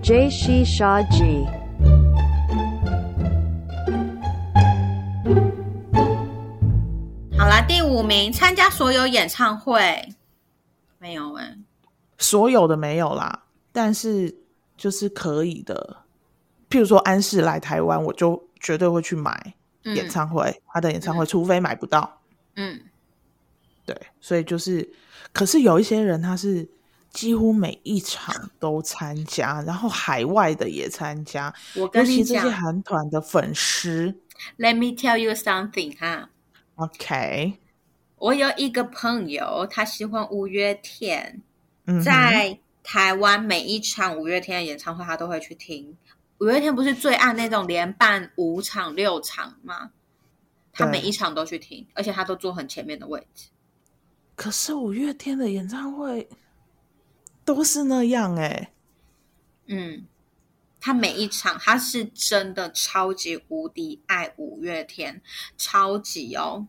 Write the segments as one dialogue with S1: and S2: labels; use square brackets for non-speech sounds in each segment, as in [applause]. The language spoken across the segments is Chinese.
S1: J.C. Shaw G.
S2: Thank you.
S3: 嗯
S2: 好啦，第五名参加所有演唱会，没有哎、
S3: 所有的没有啦，但是就是可以的。譬如说安室来台湾，我就绝对会去买
S2: 嗯
S3: 演唱会，他的演唱会，
S2: 嗯
S3: 除非买不到。
S2: 嗯
S3: 对，所以就是，可是有一些人他是几乎每一场都参加，然后海外的也参加，
S2: 我
S3: 尤
S2: 跟
S3: 其
S2: 你
S3: 这
S2: 讲
S3: 些韩团的粉丝。
S2: ，Let me tell you something 哈，
S3: OK，
S2: 我有一个朋友，他喜欢五月天，
S3: 嗯哼，
S2: 在台湾每一场五月天的演唱会，他都会去听。五月天不是最爱那种连办五场六场吗？他
S3: 对
S2: 每一场都去听，而且他都坐很前面的位置。
S3: 可是五月天的演唱会都是那样哎、
S2: 嗯，他每一场他是真的超级无敌爱五月天，超级哦，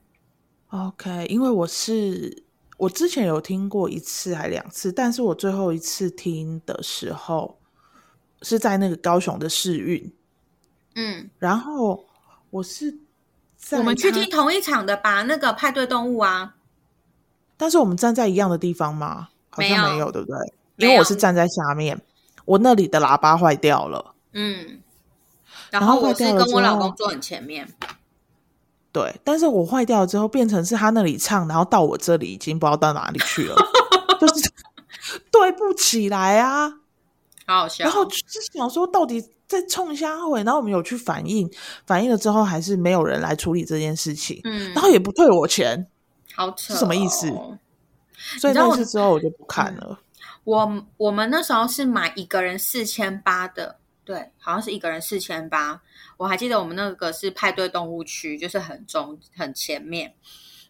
S3: OK，因为我是我之前有听过一次还两次，但是我最后一次听的时候是在那个高雄的试运，
S2: 嗯，
S3: 然后我是在
S2: 我们去
S3: 他
S2: 听，同一场的吧，那个派对动物啊，
S3: 但是我们站在一样的地方吗？好
S2: 没
S3: 像
S2: 有
S3: 没有，对不对？
S2: 没
S3: 因为我
S2: 有
S3: 是站在下面，我那里的喇叭坏掉了。
S2: 嗯，
S3: 然
S2: 然
S3: 后
S2: 后我
S3: 坏
S2: 是
S3: 掉了
S2: 跟
S3: 之
S2: 我老
S3: 后
S2: 公坐很前面，
S3: 对，但是我坏掉了之后，变成是他那里唱，然后到我这里已经不知道到哪里去了， [laughs] 就是对不起来啊。
S2: 好好笑。
S3: 然后就是想说，到底在冲虾尾，然后我们有去反映，反映了之后还是没有人来处理这件事情，
S2: 嗯，
S3: 然后也不退我钱，
S2: 好扯、哦，
S3: 是什么意思所以
S2: 你知道
S3: 那
S2: 我嗯
S3: 次之后我就不看了。
S2: 我我们那时候是买一个人四千八的，对，好像是一个人四千八。我还记得我们那个是派对动物区，就是很中很前面。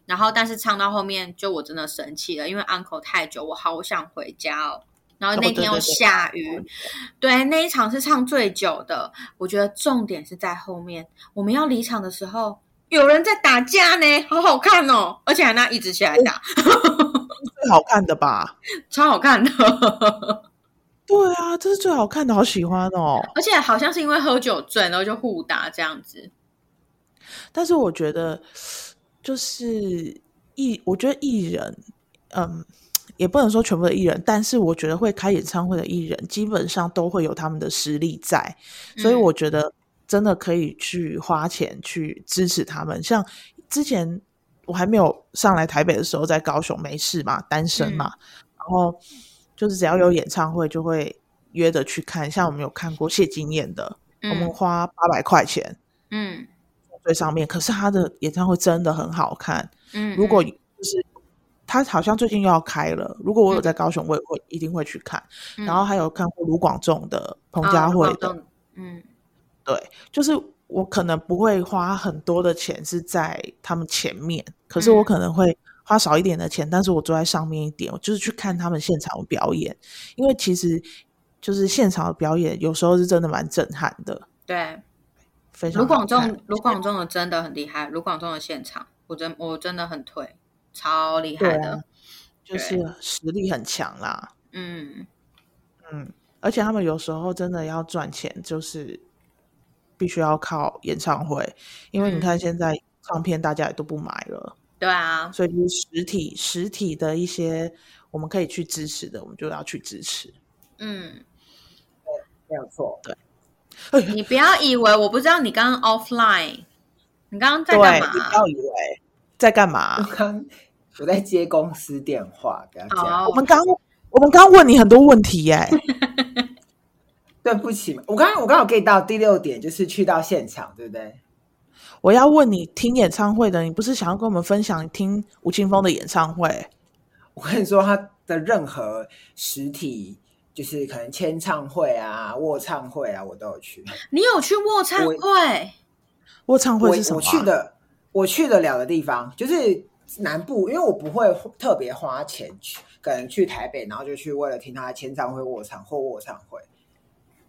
S2: 然后，但是唱到后面，就我真的生气了，因为 uncle 太久，我好想回家哦。然后那
S3: 哦对
S2: 天又
S3: 对对
S2: 下雨，对，那一场是唱最久的。我觉得重点是在后面，我们要离场的时候，有人在打架呢，好好看哦，而且还拿椅子起来打，
S3: 最好看的吧？
S2: 超好看的。
S3: 对啊，这是最好看的，好喜欢哦。
S2: 而且好像是因为喝酒醉，然后就互打这样子。
S3: 但是我觉得，就是艺，我觉得艺人，嗯，也不能说全部的艺人，但是我觉得会开演唱会的艺人，基本上都会有他们的实力在，所以
S2: 嗯
S3: 我觉得真的可以去花钱去支持他们。像之前我还没有上来台北的时候，在高雄没事嘛，单身嘛，
S2: 嗯
S3: 然后就是只要有演唱会就会约着去看，像我们有看过谢金燕的，我们
S2: 嗯
S3: 花八百块钱。
S2: 嗯
S3: 最上面，可是他的演唱会真的很好看。
S2: 嗯，
S3: 如果
S2: 嗯
S3: 就是他好像最近又要开了，如果我有在高雄，我也会一定会去看。
S2: 嗯
S3: 然后还有看过卢广仲的、彭佳慧，的，
S2: 哦懂嗯
S3: 对，就是我可能不会花很多的钱是在他们前面，可是我
S2: 嗯
S3: 可能会花少一点的钱，但是我坐在上面一点，我就是去看他们现场表演，因为其实就是现场的表演有时候是真的蛮震撼的。
S2: 对，
S3: 非常
S2: 卢广
S3: 好看
S2: 仲卢广仲的真的很厉害，卢广仲的现场，我真我真的很推，超厉害
S3: 对
S2: 的。
S3: 啊就是实力很强啦。
S2: 嗯，
S3: 嗯，而且他们有时候真的要赚钱，就是必须要靠演唱会，因为你
S2: 嗯
S3: 看现在唱片大家也都不买了，
S2: 对啊，
S3: 所以就是实体实体的一些我们可以去支持的，我们就要去支持。
S2: 嗯，
S3: 没有错，对，
S2: 你不要以为我不知道你刚刚 offline，你刚刚在
S3: 对，
S2: 干
S3: 你不
S2: 嘛？
S3: 要以为在干嘛？
S4: 刚我在接公司电话，不要这样。
S3: 我
S2: 哦，
S3: 们刚我们刚问你很多问题耶、
S4: 对不起嘛，我刚刚我刚好 get 到第六点，就是去到现场，对不对？
S3: 我要问你听演唱会的，你不是想要跟我们分享你听吴青峰的演唱会？
S4: 我跟你说，他的任何实体，就是可能签唱会啊、卧唱会啊，我都有去。
S2: 你有去卧唱
S4: 我
S2: 会？
S3: 我唱会是什
S4: 我
S3: 么、啊
S4: 我去，的我去得了的地方就是南部，因为我不会特别花钱去，可能去台北，然后就去为了听他的签唱会、卧场或卧唱会。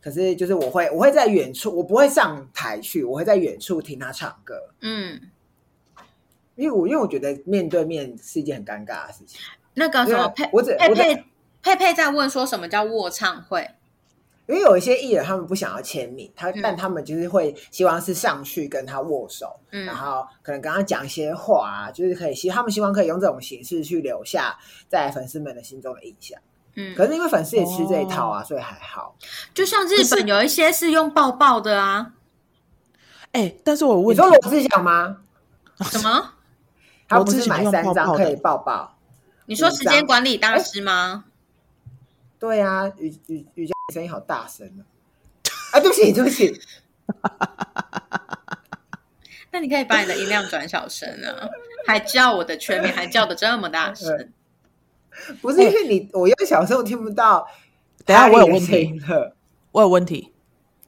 S4: 可是就是我会我会在远处，我不会上台去，我会在远处听他唱歌，
S2: 嗯，
S4: 因为我因为我觉得面对面是一件很尴尬的事情。
S2: 啊那个什
S4: 因
S2: 么
S4: 为
S2: 佩
S4: 我只
S2: 佩
S4: 我只
S2: 佩佩佩在问说什么叫卧唱会？
S4: 因为有一些艺人他们不想要签名，他、
S2: 嗯
S4: 但他们就是会希望是上去跟他握手，
S2: 嗯
S4: 然后可能跟他讲一些话啊，就是可以希他们希望可以用这种形式去留下在粉丝们的心中的印象。
S2: 嗯，哦
S4: 可是因为粉丝也吃这一套啊，所以还好。
S2: 就像日本有一些是用抱抱的啊，
S3: 哎、但是我有
S4: 你
S3: 问题
S4: 说罗志祥吗？
S2: 什么？
S4: 他不是
S3: 志祥
S4: 买
S3: 用
S4: 三
S3: 抱
S4: 张
S3: 抱
S4: 可
S3: 的
S4: 以抱抱？
S2: 你说时间管理大师吗？
S4: 对啊，瑜瑜瑜伽声音好大声啊！ [laughs] 啊，对不起，对不起，
S2: 那你可以把你的音量转小声啊，还叫我的全名，还叫的这么大声。
S4: 不是因为
S3: 哎
S4: 你，我用小时候听不到。
S3: 等一下我有问题
S4: 了，
S3: 我有问题。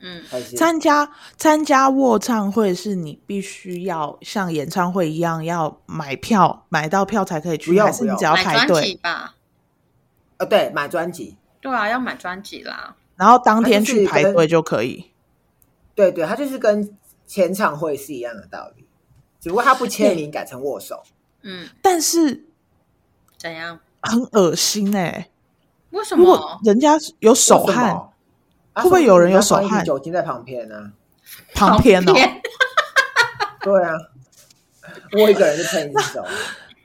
S2: 嗯
S4: 还是
S3: 参加参加卧唱会是你必须要像演唱会一样要买票，买到票才可以
S4: 不
S3: 去，
S4: 用
S3: 还是你
S4: 不用
S3: 只要
S2: 买
S3: 排
S2: 专
S3: 队？
S2: 辑吧，
S4: 呃，对，买专辑，
S2: 对啊，要买专辑啦。
S3: 然后当天
S4: 它就是
S3: 去
S4: 一个
S3: 排队就可以。
S4: 对对，它就是跟签唱会是一样的道理，只不过它不签名，改成握手。
S2: 嗯，
S3: 但是
S2: 怎样？
S3: 很恶心哎、
S2: 为什
S3: 如果
S2: 么？
S3: 人家有手
S4: 为什
S3: 汗
S4: 么啊
S3: 会不会有人有手
S4: 说不定他放一
S3: 汗
S4: 瓶酒精在旁边呢、
S3: 旁边哦，
S4: 对啊，我一个人就撑一只手，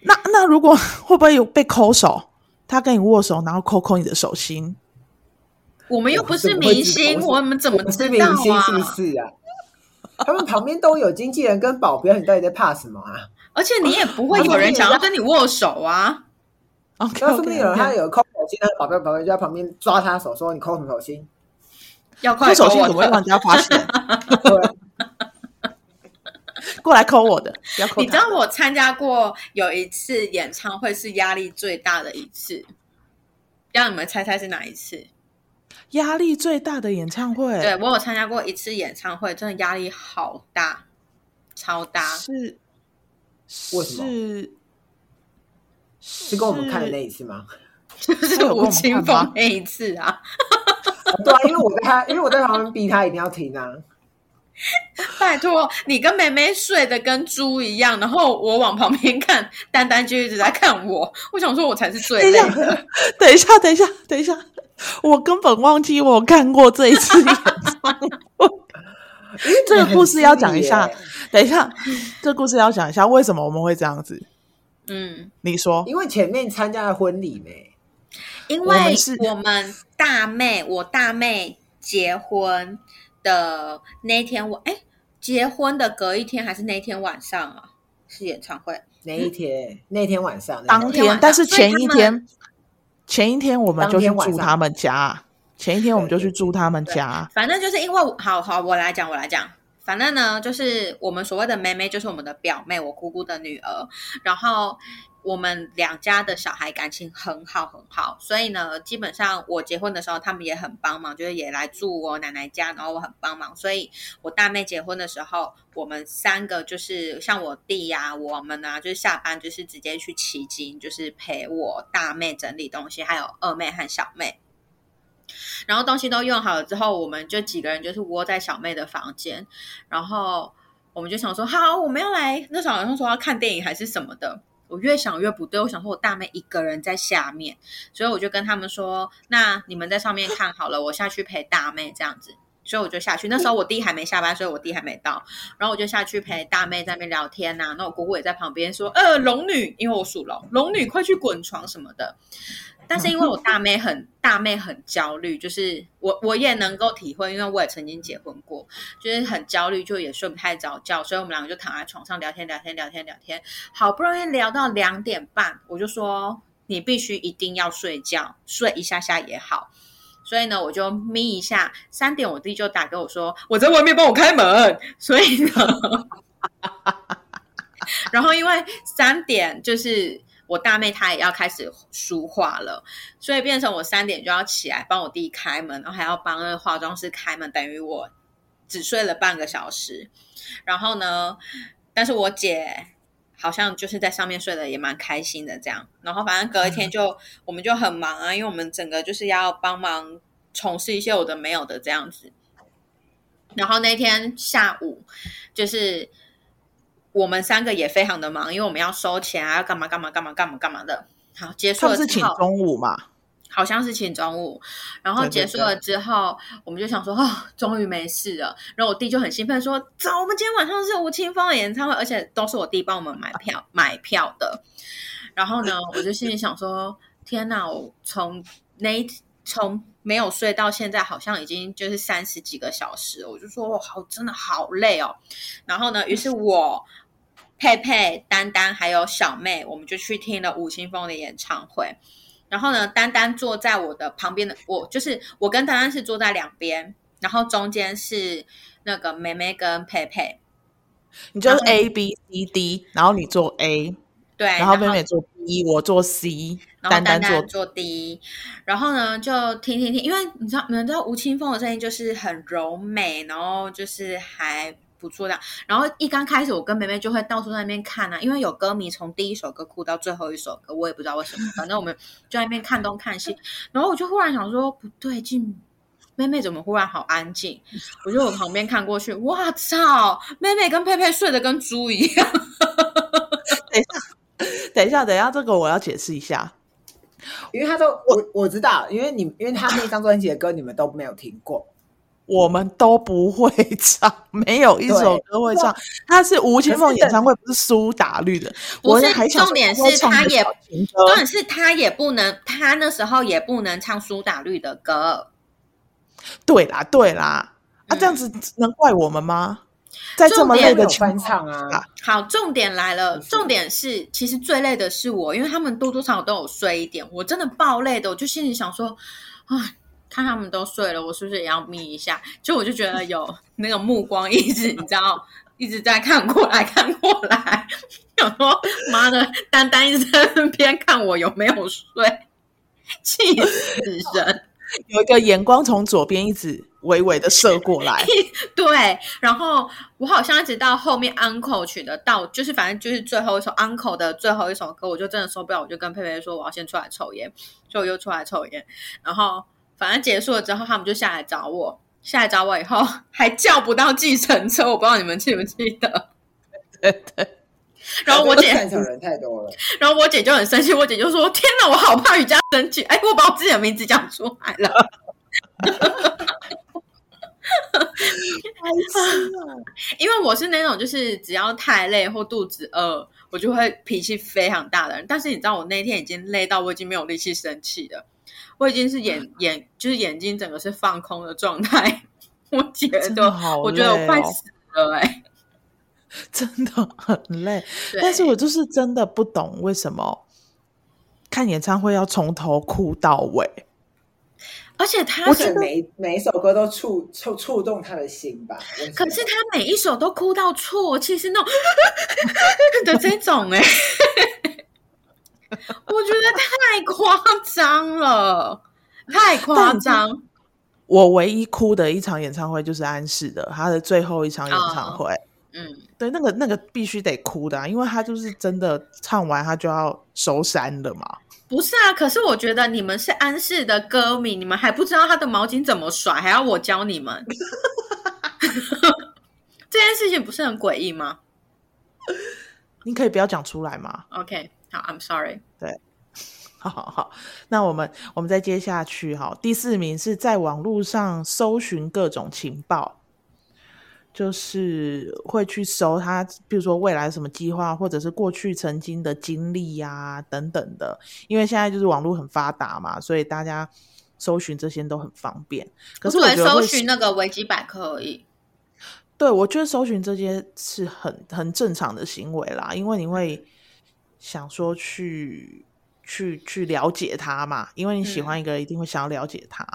S3: 那那如果 [laughs] 会不会有被抠手？他跟你握手，然后抠抠你的手心，
S2: 我们又不是明星，我们怎么
S4: 不是
S2: 知
S4: 明
S2: 道
S4: 星是不
S2: 啊？
S4: 是啊？他们旁边都有经纪人跟保镖，你到底在怕什么啊？
S2: 而且你也不会有人想要跟你握手啊。
S3: OK，
S4: 啊
S3: [laughs]
S4: 那说不定有人
S3: OK，OK
S4: 他有抠手心，他的保镖保镖就在旁边抓他手，说你抠什么手心？
S2: 要快
S3: 抠手心
S2: 给我
S3: 怎么会让人家发
S4: [laughs]
S3: 现？
S4: 对，
S3: 过来抠我的，不要抠
S2: 你知道
S3: 他。
S2: 我参加过有一次演唱会是压力最大的一次，让你们猜猜是哪一次？
S3: 压力最大的演唱会，
S2: 对我有参加过一次演唱会，真的压力好大，超大。
S3: 是
S4: 为什么
S3: 是是
S4: 是跟我们看的那一次吗？
S2: [laughs]
S4: [laughs]
S2: 就是
S3: 有跟我
S2: 吴
S3: 们
S2: 青
S3: 看吗
S2: 峰那一次啊，
S4: 对啊，因为我在他，因为我在旁边逼他一定要听啊。
S2: 拜托你跟妹妹睡得跟猪一样，然后我往旁边看，丹丹就一直在看我，我想说我才是最累
S3: 等
S2: 的，
S3: 等一下，等一下，等一下，我根本忘记我看过这一次演唱会。这个故事要讲一下
S4: 很刺激耶，
S3: 等一下，这故事要讲一下，为什么我们会这样子？
S2: 嗯，
S3: 你说，
S4: 因为前面参加了婚礼没，
S2: 因
S3: 我
S2: 为
S3: 们是
S2: 我们大妹，我大妹结婚的那天晚，哎，结婚的隔一天还是那天晚上啊，是演唱会，啊
S4: 那一天那天晚上，那
S3: 当
S2: 天晚
S3: 天
S2: 上，
S3: 但是
S2: 所以
S3: 前一
S2: 他们
S3: 天，前一天我们就去
S4: 当天晚
S3: 住
S4: 上
S3: 他们家，前一天我们就去
S4: 对
S3: 住他们家，
S2: 反正就是因为我好好，我来讲，我来讲。反正呢，就是我们所谓的妹妹，就是我们的表妹，我姑姑的女儿。然后我们两家的小孩感情很好很好，所以呢，基本上我结婚的时候，他们也很帮忙，就是也来住我奶奶家，然后我很帮忙。所以我大妹结婚的时候，我们三个就是像我弟呀、我们啊，就是下班就是直接去骑金，就是陪我大妹整理东西，还有二妹和小妹。然后东西都用好了之后，我们就几个人就是窝在小妹的房间，然后我们就想说，好，我们要来。那时候好像说要看电影还是什么的，我越想越不对，我想说我大妹一个人在下面，所以我就跟他们说，那你们在上面看好了，我下去陪大妹这样子。所以我就下去，那时候我弟还没下班，所以我弟还没到，然后我就下去陪大妹在那边聊天呐、那我姑姑也在旁边说，呃，龙女，因为我属龙，龙女快去滚床什么的。但是因为我大妹很大妹很焦虑，就是我我也能够体会，因为我也曾经结婚过，就是很焦虑，就也睡不太着觉，所以我们两个就躺在床上聊天聊天聊天聊天，好不容易聊到两点半，我就说你必须一定要睡觉，睡一下下也好。所以呢，我就眯一下，三点我弟就打给我说我在外面帮我开门，所以呢， [laughs] 然后因为三点就是我大妹她也要开始梳化了，所以变成我三点就要起来帮我弟开门，然后还要帮那个化妆师开门，等于我只睡了半个小时。然后呢，但是我姐好像就是在上面睡得也蛮开心的这样。然后反正隔一
S3: 嗯
S2: 天就、我们就很忙啊，因为我们整个就是要帮忙从事一些有的没有的这样子。然后那天下午就是我们三个也非常的忙，因为我们要收钱啊，要干嘛干嘛干嘛干嘛干嘛的。好，结束
S3: 他
S2: 了
S3: 们
S2: 之
S3: 是
S2: 后，
S3: 请中午嘛？
S2: 好像是请中午，然后
S4: 对对
S2: 结束
S4: 对
S2: 了之后，我们就想说，哦，终于没事了。然后我弟就很兴奋说：“走，我们今天晚上是吴青峰的演唱会，而且都是我弟帮我们买
S4: [laughs]
S2: 票买票的。”然后呢，我就心里想说：“天哪，我从那一从没有睡到现在，好像已经就是三十几个小时了。”我就说：“我哦好，真的好累哦。”然后呢，于是我。佩佩、丹丹还有小妹，我们就去听了吴青峰的演唱会。然后呢，丹丹坐在我的旁边的，我就是我跟丹丹是坐在两边，然后中间是那个梅梅跟佩佩，
S3: 你就是
S2: 然后
S3: A B C D，然后你做 A，
S2: 对，
S3: 然后妹妹做 B，我做 C，
S2: 然后丹
S3: 丹做
S2: 丹做第一，然后呢就听听听，因为你知道，你们知道吴青峰的声音就是很柔美，然后就是还不错的。然后一刚开始，我跟梅梅就会到处在那边看啊，因为有歌迷从第一首歌哭到最后一首歌，我也不知道为什么，反正我们就在那边看东看西。然后我就忽然想说，不对劲。妹妹怎么忽然好安静？我就我旁边看过去，哇操！妹妹跟佩佩睡得跟猪一样。 [laughs]
S3: 等一下，等一下，这个我要解释一下。
S4: 因为他都我我知道，因为你因为他那张专辑的歌你们都没有听
S3: [laughs]
S4: 过，
S3: 我们都不会唱， [laughs] 没有一首歌会唱。他是吴青
S4: 可
S3: 峰
S4: 是
S3: 演唱会，不是苏打绿的。
S2: 不
S3: 我
S2: 是
S3: 还想说
S2: 重点
S3: 会
S2: 是
S3: 唱
S2: 他
S3: 个
S2: 也
S3: 小情歌
S2: 重点是他也不能，他那时候也不能唱苏打绿的歌。
S3: 对啦，对啦，啊，
S2: 嗯
S3: 这样子能怪我们吗？在这么
S2: 重点
S3: 累
S4: 他
S3: 的
S4: 有
S3: 情
S4: 翻
S3: 况
S4: 唱啊
S3: 啊，
S2: 好，重点来了，重点是，其实最累的是我，因为他们多多少少都有睡一点，我真的爆累的，我就心里想说，啊，看他们都睡了，我是不是也要眯一下？就我就觉得有那个目光一直，你知道，一直在看过来，看过来，想说，妈的，丹丹一直在那边看我有没有睡，气死人。
S3: 有一个眼光从左边一直微微的射过来，
S2: 对，然后我好像一直到后面 uncle 曲的到，就是反正就是最后一首 uncle 的最后一首歌，我就真的受不了，我就跟佩佩说我要先出来抽烟，所以我就出来抽烟。然后反正结束了之后，他们就下来找我，下来找我以后 [laughs] 还叫不到计程车，我不知道你们记不记得。
S3: 对对，
S2: 然后我姐，
S4: 现场人太多
S3: [laughs]
S4: 了，
S2: 然后我姐就很生气，我姐就说：“天哪，我好怕雨佳生气！”哎，我把我自己的名字讲出来了。
S3: 白痴啊！
S2: 因为我是那种就是只要太累或肚子饿，我就会脾气非常大的人。但是你知道，我那天已经累到我已经没有力气生气了，我已经是
S3: 嗯
S2: 眼眼就是眼睛整个是放空的状态。我觉
S3: 真
S2: 得，
S3: 的好
S2: 我觉得我
S3: 累
S2: 快
S3: 哦
S2: 死了哎、欸。
S3: [laughs] 真的很累。
S2: 对
S3: [laughs] 但是我就是真的不懂为什么看演唱会要从头哭到尾。
S2: 而且他
S4: 而
S2: 是
S4: 且，每每一首歌都触触触动他的心吧。我觉得
S2: 可是他每一首都哭到啜泣，是那
S3: [laughs]
S2: 种的这种哎、 [laughs] 我觉得太夸张了，太夸
S3: 但你知
S2: 张。
S3: 我唯一哭的一场演唱会就是安室的，他的最后一场演唱会。
S2: 嗯，
S3: 对，那个那个必须得哭的、啊，因为他就是真的唱完他就要收山了嘛。
S2: 不是啊，可是我觉得你们是安室的歌迷，你们还不知道他的毛巾怎么甩，还要我教你们？ [laughs] 这件事情不是很诡异吗
S3: 你可以不要讲出来吗？
S2: ？OK，好，I'm sorry。
S3: [laughs] 好好好，那我们我们再接下去哈。第四名是在网络上搜寻各种情报，就是会去搜他，比如说未来什么计划，或者是过去曾经的经历呀、等等的。因为现在就是网络很发达嘛，所以大家搜寻这些都很方便。可是
S2: 我
S3: 我
S2: 只
S3: 觉
S2: 会
S3: 得
S2: 搜
S3: 会
S2: 寻那个维基百科而已。
S3: 对，我觉得搜寻这些是很很正常的行为啦，因为你会想说去去去了解他嘛，因为你喜
S4: 嗯
S3: 欢一个人，一定会想要了解他，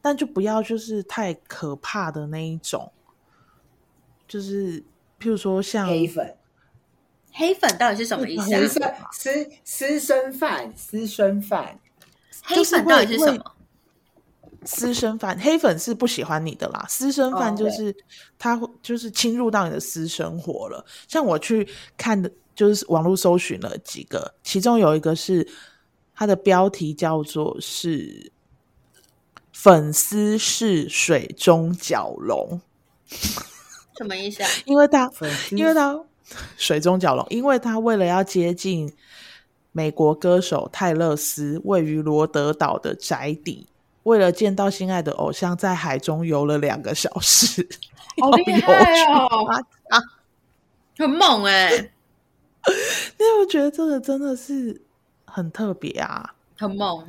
S3: 但就不要就是太可怕的那一种，就是譬如说像
S4: 黑粉，
S2: 黑粉到底是什么意
S3: 嗯
S2: 思、啊
S4: 私？生私私生饭，私生饭，
S2: 黑粉到底是什
S3: 就是
S2: 么？
S3: 私生饭，黑粉是不喜欢你的啦。私生饭
S4: 哦
S3: 就
S4: 对
S3: 是、他会就是侵入到你的私生活了。像我去看的，就是网络搜寻了几个，其中有一个是它的标题叫做是“粉丝是水中蛟龙
S2: 什么意思啊？”，
S3: 因为他
S4: 粉丝
S3: 因为他水中蛟龙，因为他为了要接近美国歌手泰勒斯位于罗德岛的宅邸，为了见到心爱的偶像，在海中游了两个小时， [laughs]
S2: 好
S3: 要
S2: 厉
S3: 游
S2: 害
S3: 去
S2: 哦
S3: 巴达
S2: 很猛哎、
S3: 因为我觉得这个真的是很特别啊。
S2: 很猛，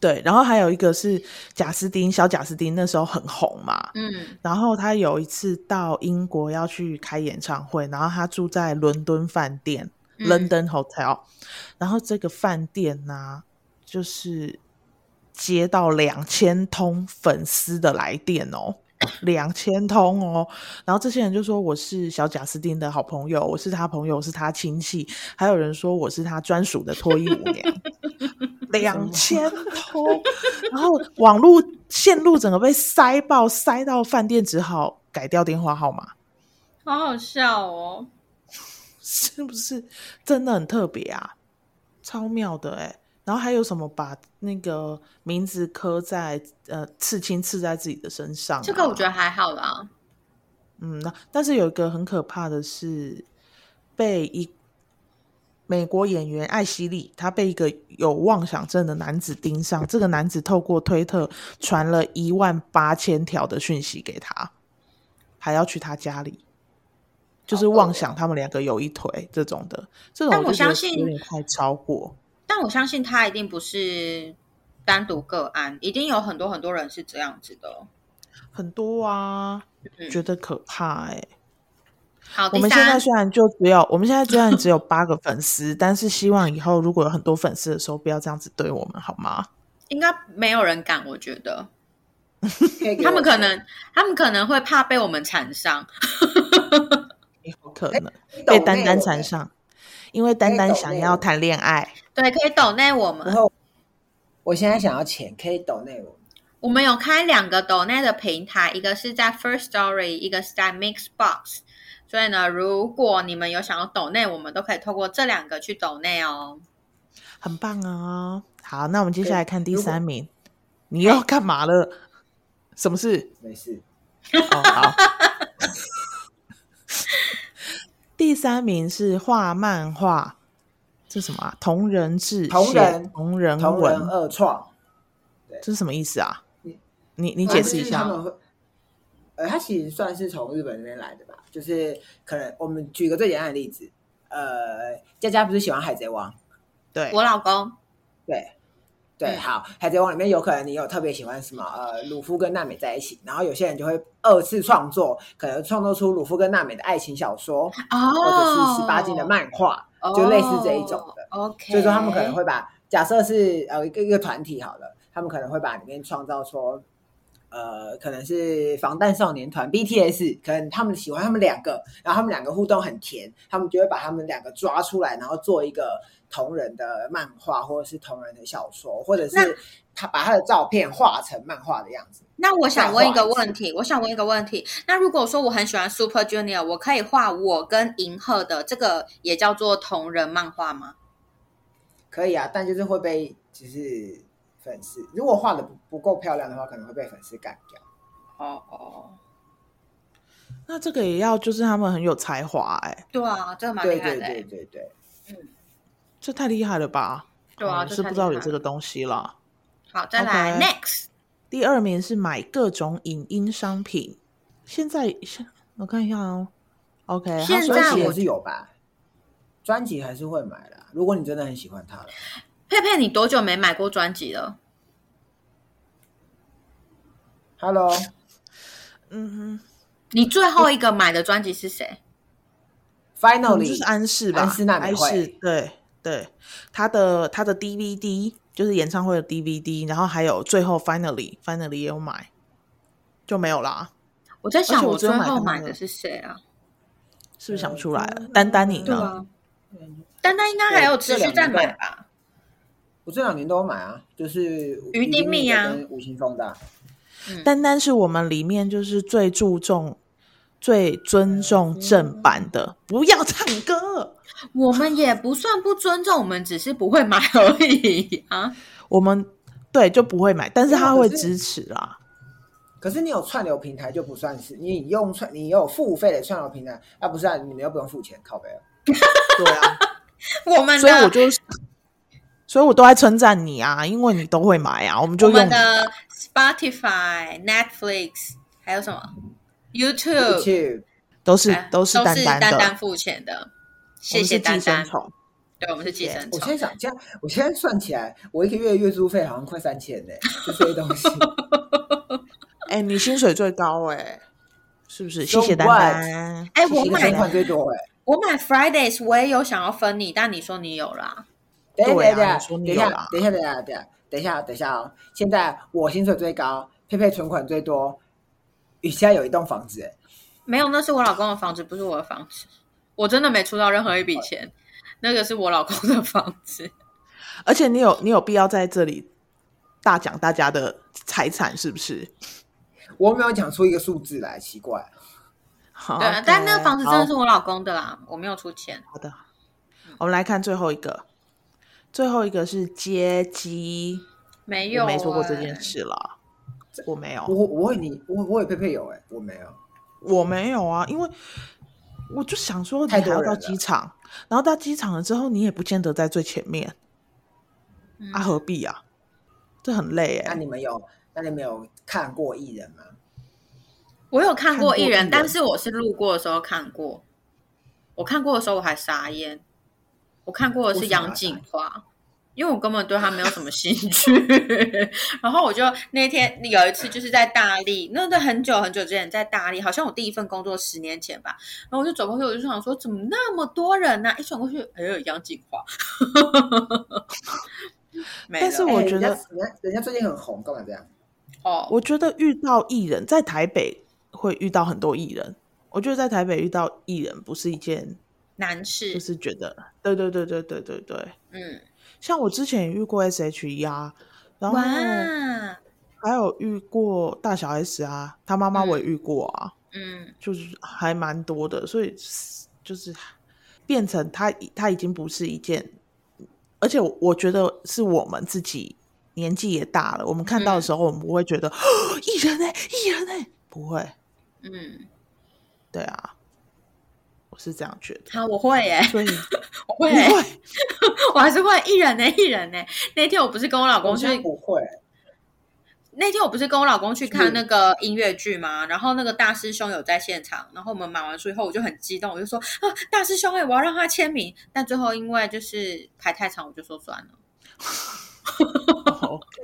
S3: 对，然后还有一个是贾斯汀，小贾斯汀那时候很红嘛。
S2: 嗯
S3: 然后他有一次到英国要去开演唱会，然后他住在伦敦饭店、
S2: 嗯
S3: （London Hotel），然后这个饭店呢、就是接到两千通粉丝的来电哦，两千通哦。然后这些人就说我是小贾斯汀的好朋友，我是他朋友，我是他亲戚，还有人说我是他专属的脱衣舞娘。
S2: [laughs]
S3: 两千通，然后网络线路整个被塞爆，塞到饭店只好改掉电话号码， [laughs]
S2: 好好笑哦。
S3: 是不是真的很特别啊？超妙的哎、然后还有什么把那个名字刻在呃刺青刺在自己的身上啊、
S2: 这个我觉得还好啦，
S3: 嗯，那但是有一个很可怕的是，被一美国演员艾希莉，她被一个有妄想症的男子盯上。这个男子透过推特传了一万八千条的讯息给她，还要去她家里，就是
S2: 好恶
S3: 妄
S2: 哦
S3: 想他们两个有一腿这种的。这种
S2: 但我
S3: 就觉
S2: 相
S3: 得
S2: 信
S3: 有点太超过。
S2: 但我相信他一定不是单独个案，一定有很多很多人是这样子的。哦
S3: 很多啊，
S2: 嗯
S3: 觉得可怕哎、
S2: 好，
S3: 我
S2: 第
S3: 们现在
S2: 三，
S3: 虽然就只有我们现在虽然只有八个粉丝，但是希望以后如果有很多粉丝的时候，不要这样子对我们好吗？
S2: 应该没有人敢，我觉得
S4: 可以给
S2: 他们
S4: 我
S2: 可能他们可能会怕被我们缠上。
S3: 有可能
S4: 抖
S3: 被
S4: 内
S3: 丹丹缠
S4: 我
S3: 上，因为丹丹
S4: 可以抖
S3: 想
S4: 内
S3: 要
S4: 我
S3: 谈恋爱。
S2: 对，可以抖内我们
S4: 然，后我现在想要钱，可以抖内容。
S2: 我们有开两个抖内的平台，一个是在 First Story，一个是在 Mixbox。所以呢，如果你们有想要抖内，我们都可以透过这两个去抖内哦。
S3: 很棒哦。好，那我们接下
S4: 对
S3: 来看第
S4: 如果
S3: 三名，你又要干嘛了？什么事？
S4: 没事，
S3: 哦，好。 [laughs] 第三名是画漫画，这什么啊？同人志写，
S4: 同人
S3: 同人
S4: 同
S3: 文，
S4: 人二创，
S3: 这是什么意思啊
S4: 你？
S3: 你你解释一下哦
S4: 他。们会，呃，他其实算是从日本那边来的吧，就是可能我们举个最简单的例子，呃，佳佳不是喜欢海贼王？
S3: 对，
S2: 我老公，
S4: 对。对，
S2: 嗯
S4: 好，《海贼王》里面有可能你有特别喜欢什么，呃，鲁夫跟娜美在一起，然后有些人就会二次创作，可能创作出鲁夫跟娜美的爱情小说，
S2: 哦，
S4: 或者是十八禁
S3: 哦
S4: 的漫画，就类似这一种的。
S2: 哦 OK，
S4: 所以说他们可能会把假设是呃一个一个团体好了，他们可能会把里面创造说，呃，可能是防弹少年团 BTS，可能他们喜欢他们两个，然后他们两个互动很甜，他们就会把他们两个抓出来，然后做一个同人的漫画或者是同人的小说，或者
S2: 那
S4: 是他把他的照片画成漫画的样子。
S2: 那我想问一个问题，我想问一个问题。那如果说我很喜欢 Super Junior，我可以画我跟银赫的这个也叫做同人漫画吗？
S4: 可以啊，但就是会被就是粉丝，如果画的不不够漂亮的话，可能会被粉丝干掉。
S2: 哦哦，
S3: 那这个也要就是他们很有才华哎、
S2: 对啊，这个蛮
S4: 对
S2: 厉害
S4: 对
S2: 的欸、
S4: 对对对，
S3: 这太厉害了吧？
S2: 对啊
S3: 哦
S2: 这
S3: 是
S2: 太
S3: 不
S2: 厉
S3: 知道有
S2: 害
S3: 这个东西了。
S2: 好，再来
S3: OK
S2: next，
S3: 第二名是买各种影音商品，现在现我看一下哦。OK，他
S2: 现
S3: 说
S2: 在
S4: 专辑
S2: 我
S4: 也是有吧，专辑还是会买啦。如果你真的很喜欢他了，
S2: 佩佩，你多久没买过专辑了？
S4: ，Hello，
S3: 嗯
S2: 你最后一个买的专辑是谁？
S3: 哼，
S4: Finally，
S3: 就是安室吧，
S4: 安室奈美
S3: 安
S4: 惠
S3: 室对对，他的他的 DVD 就是演唱会的 DVD，然后还有最后 Finally Finally 也有买，就没有啦，
S2: 我在
S3: 而
S2: 想
S3: 且我
S2: 我
S3: 只
S2: 最
S3: 有
S2: 后
S3: 买他们
S2: 买
S3: 的
S2: 的是谁啊？
S3: 是不是想不出来了？丹丹你
S4: 对啊
S3: 呢？，
S2: 啊丹丹应该还有持续在买
S4: 对这两年
S2: 吧？
S4: 我这两年都有买啊，就是
S2: 于丁
S4: 密
S2: 密啊
S4: 跟吴青峰的啊，
S2: 嗯
S3: 单单是我们里面就是最注重、最
S2: 嗯
S3: 尊重正版的，不要唱歌。
S2: 我们也不算不尊重，我们只是不会买而已啊。
S3: 我们对就不会买，但是
S4: 没有
S3: 他会
S4: 可是
S3: 支持啦。
S4: 可是你有串流平台就不算是，你哦用串，你有付费的串流平台，啊，不是啊，你们又不用付钱，靠背啊。
S3: 对啊，
S2: 我们
S3: 所以我
S2: 的
S3: 就，所以我都在称赞你啊，因为你都会买啊，我们就
S2: 我
S3: 用
S2: 们
S3: 你啊
S2: 的 Spotify、Netflix 还有什么 YouTube
S4: 去
S3: 都是
S2: 哎
S3: 都是
S2: 都
S3: 丹
S2: 是
S3: 丹的，
S2: 丹付钱的，
S3: 我
S2: 谢
S3: 们
S2: 谢
S3: 是
S2: 丹
S3: 寄生
S2: 丹，
S3: 虫。
S2: 对，我们是寄生
S4: 我
S2: 虫
S4: 现在。想这样，我现在算起来，我一个月月租费好像快三千呢，就这些东西。
S3: 哎、你薪水最高哎、是不是？谢
S4: So
S3: 谢丹
S4: what？
S3: 丹。
S2: 哎，我
S4: 你的
S2: 买
S4: 存款最多哎。
S2: 我买 Fridays，我也有想要分你，但你说你有啦，
S4: 等一
S3: 对啊
S4: 下
S3: 你说，
S4: 等
S3: 你
S4: 一
S3: 有
S4: 下
S3: 啦，
S4: 等一下，等一下，等一下，等一下，等一下哦！现在我薪水最高，佩佩存款最多，雨现在有一栋房子，欸
S2: 没有，那是我老公的房子，不是我的房子，我真的没出到任何一笔钱，那个是我老公的房子。
S3: 而且你有你有必要在这里大讲大家的财产是不是？
S4: 我没有讲出一个数字来，奇怪。
S3: 好
S2: 对啊，但那个房子真的是
S3: 好
S2: 我老公的啦，我没有出钱。
S3: 好的。我们来看最后一个，最后一个是接机，
S2: 没有、
S3: 我没做过这
S2: 哎
S3: 件。事啦，我没有，
S4: 我我问你，我我也佩佩有哎、我没有。
S3: 我没有啊，因为我就想说你
S4: 太
S3: 还
S4: 多
S3: 要到
S4: 人了
S3: 机场，然后到机场了之后，你也不见得在最前面，
S2: 嗯啊
S3: 啊何必啊？这很累哎、
S4: 那你们有？那你们有看过艺人吗？
S2: 我有看过艺人，
S3: 看过艺人
S2: 但是我是路过的时候看过。我看过的时候我还傻眼，我看过的是杨锦华，因为我根本对他没有什么兴趣。 [laughs] 然后我就那天有一次就是在大力，那都很久很久之前在大力，好像我第一份工作十年前吧。然后我就走过去，我就想说怎么那么多人呢、一转过去，哎呦，杨锦华。 [laughs] 没了
S3: 但是我
S4: 哎
S3: 觉
S4: 人
S3: 得
S4: 家人家人家最近很红，干嘛这样？
S2: 哦，
S3: 我觉得遇到艺人，在台北会遇到很多艺人。我觉得在台北遇到艺人不是一件，
S2: 男士，
S3: 就是觉得，对对对对对对对。
S2: 嗯，
S3: 像我之前也遇过 S.H.E 啊，然后
S2: 哇，
S3: 还有遇过大小 S 啊，他妈妈我也遇过啊，
S2: 嗯
S3: 就是还蛮多的，所以就是变成他他已经不是一件，而且我我觉得是我们自己年纪也大了，我们看到的时候，我们不会觉得、哦艺人呢、艺人呢、不会，
S2: 嗯，
S3: 对啊，我是这样觉得。
S2: 好，我会耶、
S3: 所以
S2: [laughs] 我
S3: 不 [laughs]
S2: 会、欸，
S3: 会，
S2: 我还是会艺人呢、艺人呢、那天我不是跟我老公
S4: 我
S2: 去，
S4: 现在不会，
S2: 那天我不是跟我老公去看
S4: 是
S2: 那个音乐剧吗？然后那个大师兄有在现场，然后我们买完书以后，我就很激动，我就说啊，大师兄哎、我要让他签名。但最后因为就是排太长，我就说算了。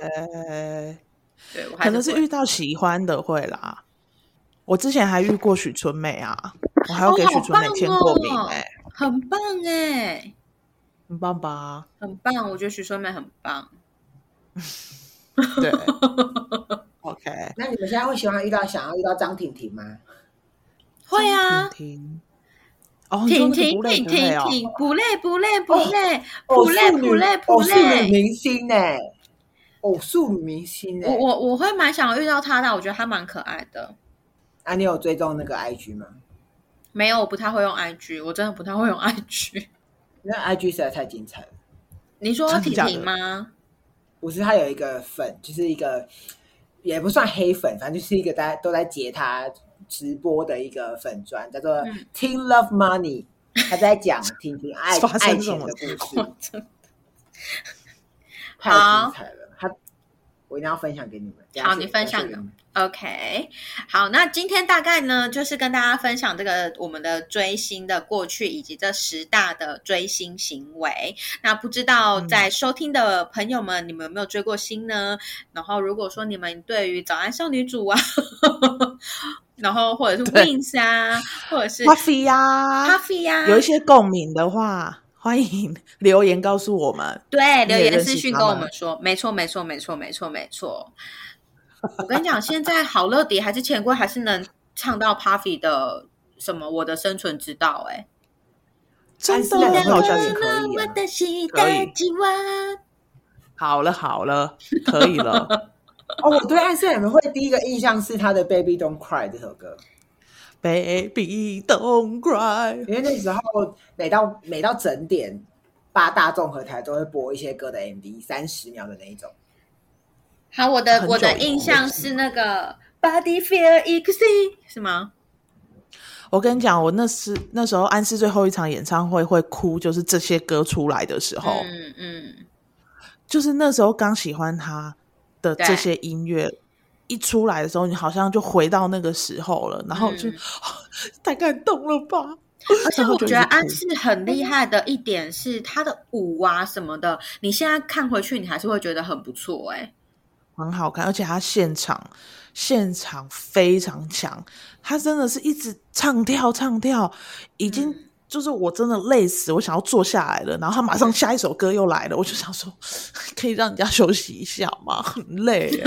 S3: 呃，
S2: 对我还
S3: 可能
S2: 是
S3: 是
S2: 会
S3: 遇到喜欢的会啦。我之前还遇过许纯美啊，我还
S2: 哦
S3: 有给
S2: 好
S3: 许纯美
S2: 棒
S3: 签过名
S2: 哦
S3: 哎、
S2: 很棒哎、
S3: 很棒吧？
S2: 很棒，我觉得许春美很棒。 [laughs]
S3: 对，OK，
S4: 那你们现在会喜欢遇到想要遇到张婷婷吗？
S2: 会啊，
S3: 婷婷，哦，你说
S2: 婷
S3: 那个
S2: 婷
S3: 不累
S2: 婷
S3: 不累
S2: 婷婷，
S3: 哦，
S2: 不累不累不累，
S4: 偶
S2: 不
S4: 数
S2: 累
S4: 女
S2: 不累不
S4: 偶
S3: 哦
S4: 数哦女
S2: 累。
S4: 明星呢、偶数女明星欸呢、
S2: 我我我会蛮想要遇到她的，我觉得她蛮可爱的。
S4: 啊，你有追踪那个 IG 吗？
S2: 没有，我不太会用 IG，我真的不太会用 [laughs] IG。
S4: 那 IG 实在太精彩了。
S2: 你说
S3: 真的
S2: 婷
S3: 假的
S2: 婷吗？
S4: 不是，他有一个粉，就是一个也不算黑粉，反正就是一个大家都在截他直播的一个粉砖，叫做
S2: 嗯
S4: Teen Love Money，他在讲婷婷爱
S3: 发
S4: 爱
S3: 生什
S4: 情
S3: 么
S4: 的故事
S2: 我，真
S4: [laughs] 太精彩了。他我一定要分享给你们。等下
S2: 好
S4: 去
S2: 你分享
S4: 等下去给你们
S2: OK，好，那今天大概呢，就是跟大家分享这个我们的追星的过去，以及这十大的追星行为。那不知道
S3: 嗯
S2: 在收听的朋友们，你们有没有追过星呢？然后如果说你们对于早安少女组啊， [laughs] 然后或者是
S3: 对
S2: Wins 啊，或者是啊
S3: 花菲呀，
S2: Coffee 呀、
S3: 啊有一些共鸣的话，欢迎留言告诉我 [laughs] 们。
S2: 对，留
S3: 也
S2: 言
S3: 认
S2: 私
S3: 识
S2: 讯
S3: 他
S2: 跟我
S3: 们
S2: 们说，没错，没错，没错，没错，没错。我跟你讲，现在好乐迪还是钱柜还是能唱到 Puffy 的什么《我的生存之道》哎，
S3: 真
S4: 是
S3: 的
S4: 两个
S3: 好像
S4: 人
S3: 也
S4: 啊
S3: 可
S4: 以
S2: 我的心
S3: 可以
S2: 大几万
S3: 好了好了，可
S2: [laughs]
S3: 以了
S4: 哦，我对暗示你们会第一个印象是他的《Baby Don't Cry》这首歌，
S3: ，Baby don't cry，
S4: 因为那时候每到每到整点，八大综合台都会播一些歌的 MV，三十秒的那一种。
S2: 好，我的
S3: 很
S2: 我的
S3: 久以
S2: 印
S3: 前
S2: 象是那个 Body Feel e x y 是吗？
S3: 我跟你讲，我那时那时候安室最后一场演唱会会哭，就是这些歌出来的时候，
S2: 嗯嗯，
S3: 就是那时候刚喜欢他的这些音乐一出来的时候，你好像就回到那个时候了，然后就、哦
S2: 嗯
S3: 太感动了吧！
S2: 而且
S3: 然后
S2: 我
S3: 就
S2: 觉
S3: 一
S2: 得
S3: 直
S2: 安
S3: 哭
S2: 室很厉害的一点是他的舞啊什么的，你现在看回去，你还是会觉得很不错哎、
S3: 很好看，而且他现场现场非常强，他真的是一直唱跳唱跳，已经
S2: 嗯
S3: 就是我真的累死，我想要坐下来了。然后他马上下一首歌又来了，我就想说，可以让人家休息一下吗？很
S2: [laughs]
S3: 累耶。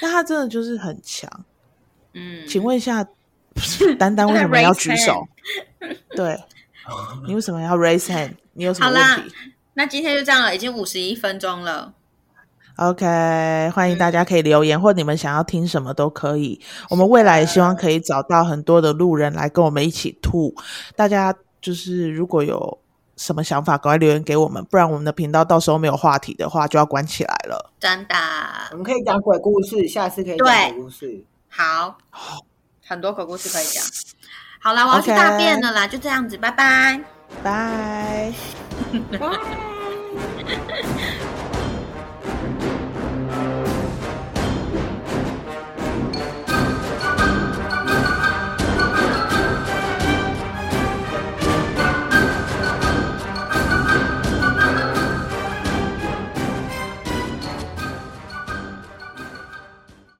S3: 那他真的就是很强。
S2: 嗯，
S3: 请问
S2: [laughs]
S3: 一下，丹丹为什么要举手
S2: Raise？
S3: 对，你为什么要 raise hand？你有什么
S2: 好啦
S3: 问题？
S2: 那今天就这样了，已经五十一分钟了。
S3: OK，欢迎大家可以留言，或你们想要听什么都可以。我们未来也希望可以找到很多的路人来跟我们一起吐。大家就是如果有什么想法，赶快留言给我们，不然我们的频道到时候没有话题的话就要关起来了。
S2: 真的
S4: 我们可以讲鬼故事，下次可以
S2: 对
S4: 讲鬼故事。
S2: 好，很多鬼故事可以讲。好啦，我要去大便了啦就这样子，拜拜。
S3: 拜。
S4: 拜